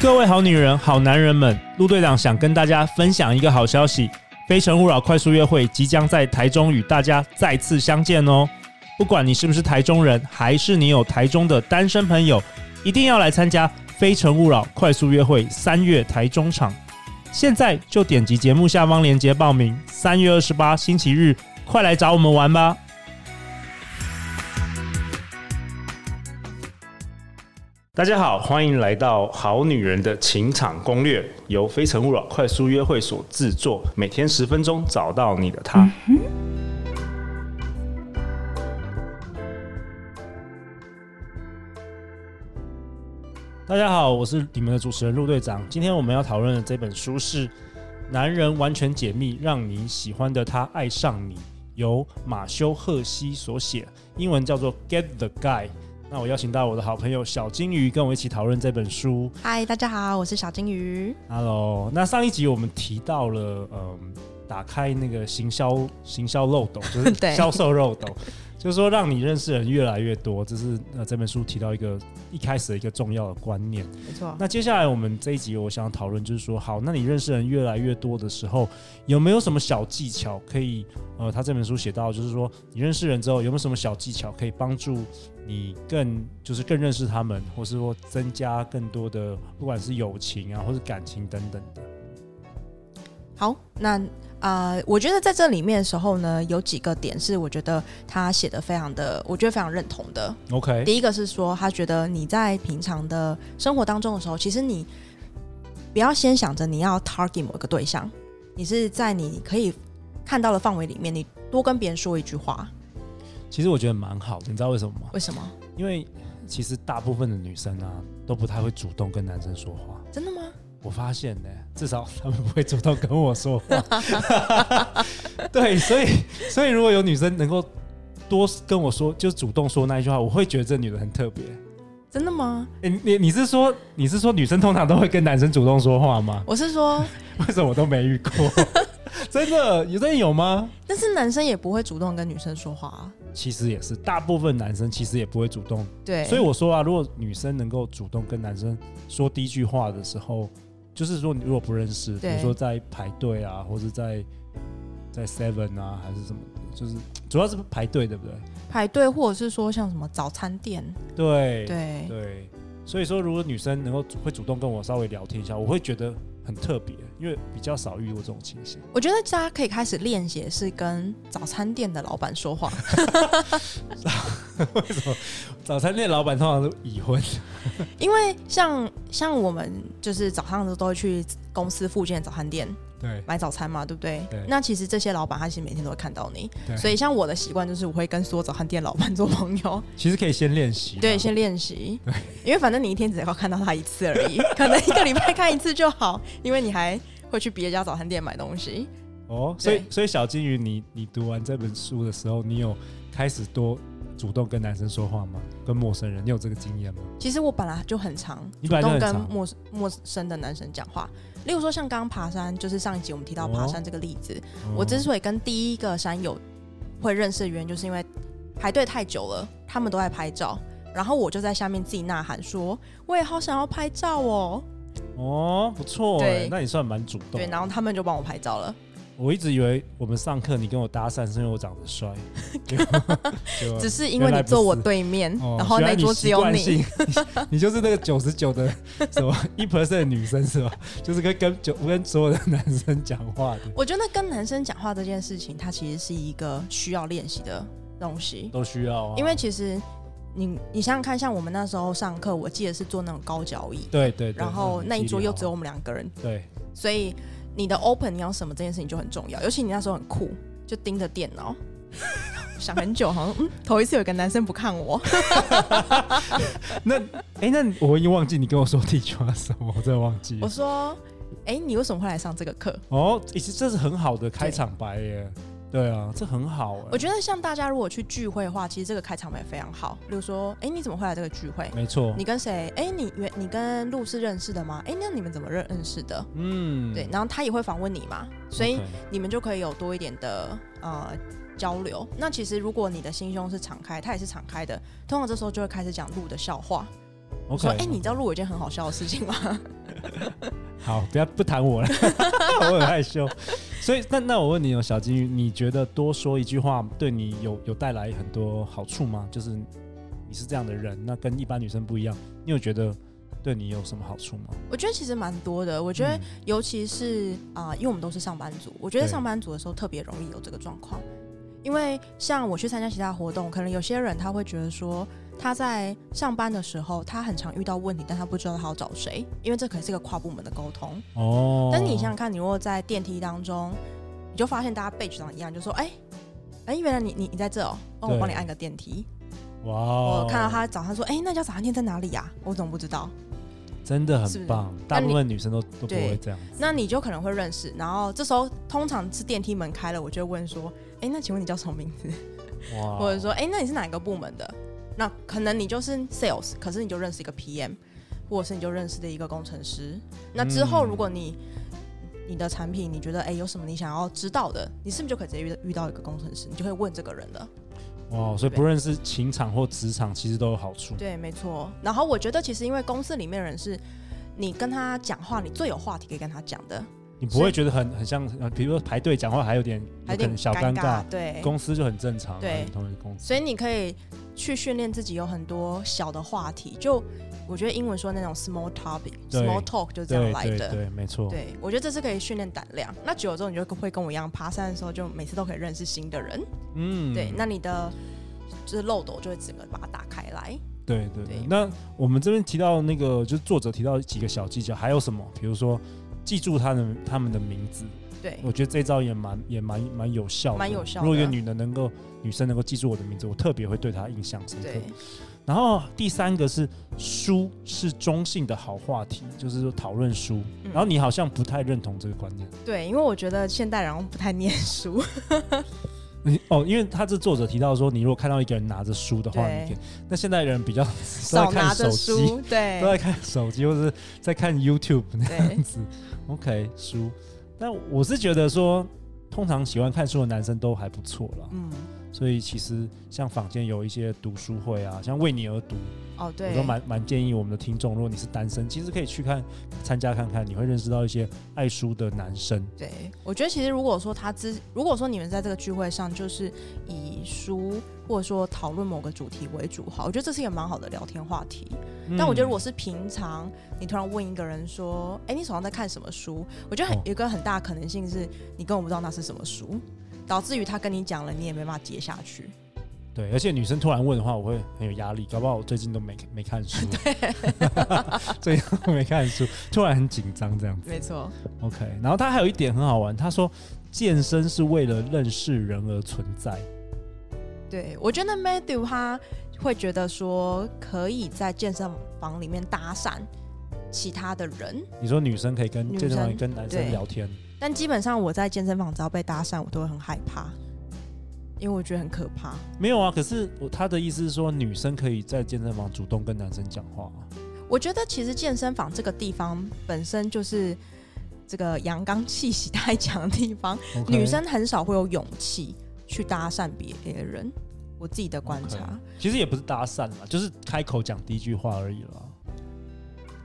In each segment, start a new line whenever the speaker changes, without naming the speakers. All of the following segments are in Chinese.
各位好女人、好男人们，陆队长想跟大家分享一个好消息，《非诚勿扰》快速约会即将在台中与大家再次相见哦！不管你是不是台中人，还是你有台中的单身朋友，一定要来参加《非诚勿扰》快速约会三月台中场。现在就点击节目下方链接报名，三月二十八星期日，快来找我们玩吧！大家好，欢迎来到《好女人的情场攻略》，由非诚勿扰快速约会所制作，每天十分钟，找到你的他。大家好，我是你们的主持人陆队长。今天我们要讨论的这本书是《男人完全解密：让你喜欢的他爱上你》，由马修·赫西所写，英文叫做《Get the Guy》。那我邀请到我的好朋友小金鱼跟我一起讨论这本书。
嗨，大家好，我是小金鱼。
Hello，那上一集我们提到了，嗯，打开那个行销行销漏斗，就是
对
销售漏斗，就是说让你认识人越来越多，这是呃这本书提到一个一开始的一个重要的观念。
没错，
那接下来我们这一集我想讨论就是说，好，那你认识人越来越多的时候，有没有什么小技巧可以？呃，他这本书写到，就是说你认识人之后，有没有什么小技巧可以帮助你更就是更认识他们，或是说增加更多的不管是友情啊，或是感情等等的？
好，那呃，我觉得在这里面的时候呢，有几个点是我觉得他写的非常的，我觉得非常认同的。
OK，
第一个是说，他觉得你在平常的生活当中的时候，其实你不要先想着你要 target 某一个对象，你是在你可以看到的范围里面，你多跟别人说一句话。
其实我觉得蛮好的，你知道为什么吗？
为什么？
因为其实大部分的女生啊都不太会主动跟男生说话。
真的吗？
我发现呢、至少他们不会主动跟我说话。 对，所以所以如果有女生能够多跟我说，就主动说那一句话，我会觉得这女人很特别。
真的吗？
诶你你你是说你是说女生通常都会跟男生主动说话吗？
我是说，
为什么我都没遇过？ 真的有真的有吗？
但是男生也不会主动跟女生说话、啊。
其实也是，大部分男生其实也不会主动。
对，
所以我说啊，如果女生能够主动跟男生说第一句话的时候，就是说你如果不认识，比
对
如说在排队啊，或者在在 Seven 啊，还是什么的，就是主要是排队，对不对？
排队，或者是说像什么早餐店，
对
对，
对所以说如果女生能够主会主动跟我稍微聊天一下，我会觉得很特别，因为比较少遇过这种情形。
我觉得大家可以开始练习是跟早餐店的老板说话，
为什么早餐店老板通常都已婚？
因为像像我们就是早上都会去公司附近的早餐店
对
买早餐嘛，对不对？
对
那其实这些老板他其实每天都会看到你，
对，
所以像我的习惯就是我会跟所有早餐店老板做朋友，
其实可以先练习嘛。啊
对，先练习，因为反正你一天只要看到他一次而已，可能一个礼拜看一次就好，因为你还会去别家早餐店买东西。
哦，所以
对
所以小金鱼你，你读完这本书的时候，你有开始多主动跟男生说话吗？跟陌生人，你有这个经验吗？
其实我本来就很常
你
主
本来就
动
很
跟
常
陌生陌生的男生讲话，例如说像刚刚爬山，就是上一集我们提到爬山
哦
这个例子，我之
是
所以跟第一个山友会认识的原因，就是因为排队太久了，他们都在拍照，然后我就在下面自己呐喊说，我也好想要拍照哦，
哦，不错哎
对，
那你算蛮主动
对，。然后他们就帮我拍照了，
我一直以为我们上课你跟我搭讪是因为我长得 帅，结果结果
只是因为你坐我对面，
哦
然后那桌只有，
原来
你，
习惯性你你就是那个九十九的什么一 percent 的女生是吧？就是跟跟九跟所有的男生讲话的，
我觉得跟男生讲话这件事情，它其实是一个需要练习的东西，
都需要、啊，
因为其实你你想想看，像我们那时候上课，我记得是坐那种高脚椅，
对对对，
然后
很
那一桌
激烈
又
啊
只有我们两个人，
对
所以你的 open 你要什么这件事情就很重要，尤其你那时候很酷，就盯着电脑。想很久，好像嗯，头一次有个男生不 看我，
嗯那哎、那你我已经忘记你跟我说第一句话是什么，我真的忘记
我
了。
说，哎、你为什么会来上这个课？
哦，其实这是很好的开场白耶。对啊，这很好哎。
我觉得像大家如果去聚会的话，其实这个开场白非常好。例如说，哎、你怎么会来这个聚会？
没错
你。跟谁？哎、你原你跟陆是认识的吗？哎、那你们怎么认认识的？
嗯
对，，然后他也会访问你嘛，所以
OK
你们就可以有多一点的呃交流。那其实如果你的心胸是敞开，他也是敞开的，通常这时候就会开始讲鹿的笑话。我
OK，
说，哎、你知道鹿有一件很好笑的事情吗？
好，不要不谈我了， 我很害羞。所以，那那我问你哦，小金鱼，你觉得多说一句话对你有有带来很多好处吗？就是你是这样的人，那跟一般女生不一样，你有觉得对你有什么好处吗？
我觉得其实蛮多的。我
我
觉得，尤其是啊、因为我们都是上班族，我觉得
嗯对
上班族的时候特别容易有这个状况。因为像我去参加其他活动，可能有些人他会觉得说，他在上班的时候，他很常遇到问题，但他不知道他要找谁，因为这可能是个跨部门的沟通。
哦，
但是你想想看，你如果在电梯当中，你就发现大家被局长一样，就说：“哎、哎、原来你你你在这哦，帮我
对
帮你按个电梯。
哇
我
哦，
看到他早上说：“哎、那家早餐店在哪里呀、我怎么不知道？
真的
是
很
不是
棒，
那
大
你
部分女生都都不会这样子。
那你就可能会认识。然后这时候通常是电梯门开了，我就会问说：“哎、那请问你叫什么名字？
哇
或者说，哎、那你是哪一个部门的？那可能你就是 sales，可是你就认识一个 PM，或者是你就认识的一个工程师。那之后，
嗯
如果你、你的产品你觉得哎、有什么你想要知道的，你是不是就可以直接遇到遇到一个工程师，你就会问这个人了。
哇，所以不论是情场或职场，其实都有好处。
对，没错。然后我觉得其实因为公司里面的人是。你跟他讲话，你最有话题可以跟他讲的，
你不会觉得很很像，呃比如说排队讲话还有点
还
有可
有点
能小尴尬，
对，
公司就很正常啊，
对
同一个公司。
所以你可以去训练自己有很多小的话题。就我觉得英文说那种 small topic、
对
small talk 就是这样
对
来的。
对对，没错。
对我觉得这是可以训练胆量。那久了之后，你就会跟我一样，爬山的时候就每次都可以认识新的人。
嗯
对，那你的就是漏斗就会整个把它打开来。
对对对
对。
那我们这边提到那个，就是作者提到几个小技巧，还有什么？比如说记住他的他们的名字，
对，
我觉得这招也蛮也蛮蛮有效的，
蛮有效的
如果一个女的能够女生能够记住我的名字，我特别会对她印象深刻。
对，
然后第三个是书是中性的好话题，就是说讨论书。
嗯
然后你好像不太认同这个观念，
对，因为我觉得现代人好像不太念书。
你哦，因为他这作者提到说，你如果看到一个人拿着书的话，
对
你可以那现代人比较少
少拿着书，对
都在看手机，或者是在 看 YouTube 那
对
样子。OK，书。但我是觉得说，通常喜欢看书的男生都还不错啦。
嗯，
所以其实像坊间有一些读书会啊，像为你而读，
哦
我
对
都，蛮蛮建议我们的听众，如果你是单身，其实可以去看参加看看，你会认识到一些爱书的男生。
对，我觉得其实如果说他之，如果说你们在这个聚会上就是以书或者说讨论某个主题为主，好，我觉得这是一个蛮好的聊天话题。但我觉得如果
是
是平常你突然问一个人说，哎、你手上在看什么书？我觉得很、
哦
有一个很大的可能性是你根本不知道那是什么书，导致于他跟你讲了，你也没办法接下去。
对，而且女生突然问的话，我会很有压力，搞不好我最近都没没看 书， 最近都没看书，突然很紧张这样子。
没错，
OK，然后他还有一点很好玩，他说健身是为了认识人而存在。
对我觉得 Matthew 他会觉得说可以在健身房里面搭讪其他的人，
你说女生可以跟
女
健身房
生
跟男生
对
聊天，
但基本上我在健身房只要被搭讪，我都会很害怕，因为我觉得很可怕。
没有啊？可是我他的意思是说，女生可以在健身房主动跟男生讲话啊、
我觉得其实健身房这个地方本身就是这个阳刚气息太强的地方，
OK
女生很少会有勇气去搭讪别人。我自己的观察
OK 其实也不是搭讪啦，就是开口讲第一句话而已啦。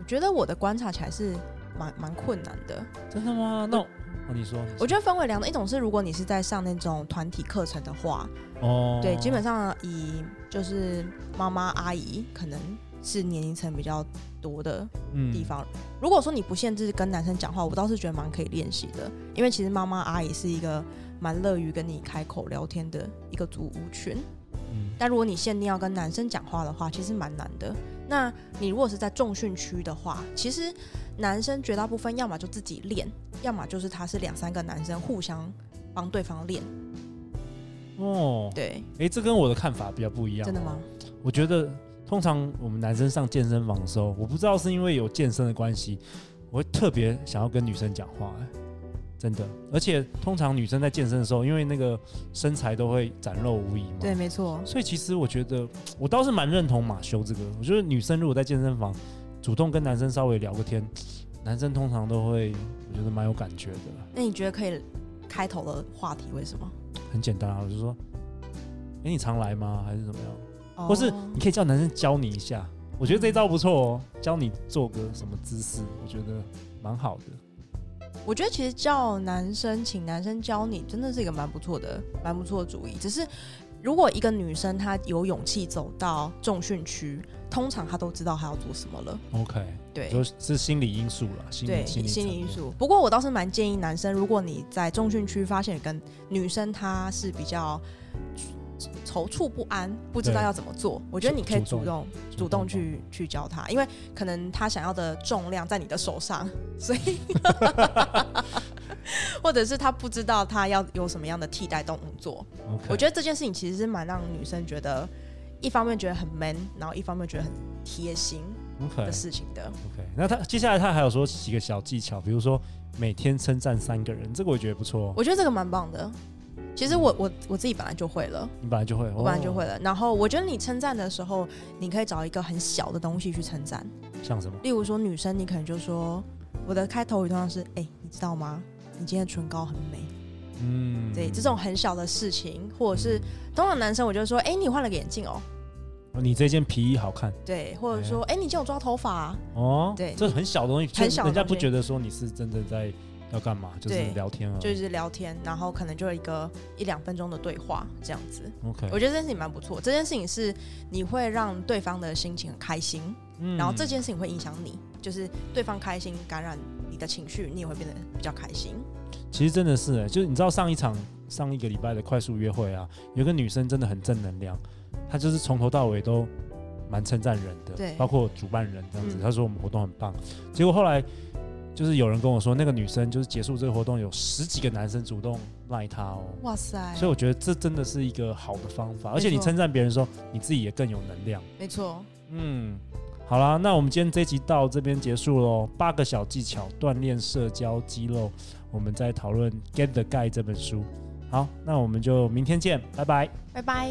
我觉得我的观察起来是蛮蛮困难的。
真的吗？那、哦、你说，
我
就
觉得分为两种，一种是如果你是在上那种团体课程的话，
哦，
对，基本上以就是妈妈阿姨可能是年龄层比较多的
嗯
地方。如果说你不限制跟男生讲话，我倒是觉得蛮可以练习的，因为其实妈妈阿姨是一个蛮乐于跟你开口聊天的一个族群。
嗯
但如果你限定要跟男生讲话的话，其实蛮难的。那你如果是在重训区的话，其实男生绝大部分要么就自己练，要么就是他是两三个男生互相帮对方练。
哦，
对，
哎，这跟我的看法比较不一样。
真的吗？
我觉得通常我们男生上健身房的时候，我不知道是因为有健身的关系，我会特别想要跟女生讲话、哎真的。而且通常女生在健身的时候，因为那个身材都会展露无遗嘛，
对，没错。
所以其实我觉得我倒是蛮认同马修这个，我觉得女生如果在健身房主动跟男生稍微聊个天，男生通常都会我觉得蛮有感觉的，
那你觉得可以开头的话题为什么？
很简单啊，我就说，哎、你常来吗？还是怎么样？
哦
或是你可以叫男生教你一下，我觉得这招不错哦，教你做个什么姿势，我觉得蛮好的。
我觉得其实叫男生，请男生教你，真的是一个蛮不错的、蛮不错的主意。只是如果一个女生她有勇气走到重训区，通常她都知道她要做什么了。
OK，
对，
就是心理因素啦，心
对
理心理
心理
层
因
面。
素。不过我倒是蛮建议男生，如果你在重训区发现跟女生她是比较踌躇不安，不知道
对
要怎么做，我觉得你可以
主
主动主动去去教她，因为可能她想要的重量在你的手上，所以或者是她不知道她要有什么样的替代动作。
，OK，
我觉得这件事情其实是蛮让女生觉得，一方面觉得很 man，然后一方面觉得很贴心
得 OK
的事情的。
OK。那他接下来他还有说几个小技巧，比如说每天称赞三个人，这个我觉得不错哦。
我觉得这个蛮棒的。其实我我我自己本来就会了，
你本来就会，
我本来就
哦
会了。然后我觉得你称赞的时候，你可以找一个很小的东西去称赞，
像什么？
例如说女生，你可能就说我的开头语通常是哎、你知道吗？你今天唇膏很美，
嗯，
对这种很小的事情，或者是通常男生我就说哎、你换了个眼镜哦，
哦你这件皮衣好看
对，或者说哎、你今天有抓头发啊、
哦。
对
这很小的东西，
很小的
人家
东西
不觉得说你是真的在要干嘛，就是
对
聊天啊。
就是聊天，然后可能就有一个一两分钟的对话这样子。
OK，
我觉得这件事情蛮不错，这件事情是你会让对方的心情很开心，
嗯
然后这件事情会影响你，就是对方开心感染你的情绪，你也会变得比较开心。
其实真的是、欸，就是你知道上一场上一个礼拜的快速约会啊，有个女生真的很正能量，她就是从头到尾都蛮称赞人的，
对
包括主办人这样子，
嗯
她说我们活动很棒。结果后来就是有人跟我说，那个女生就是结束这个活动，有十几个男生主动赖她哦。
哇塞
所以我觉得这真的是一个好的方法，
哎错
而且你称赞别人的时候，你自己也更有能量。
没错，
嗯，好啦，那我们今天这集到这边结束喽。八个小技巧锻炼社交肌肉，我们在讨论《Get the Guy》这本书。好，那我们就明天见，拜拜。
拜拜。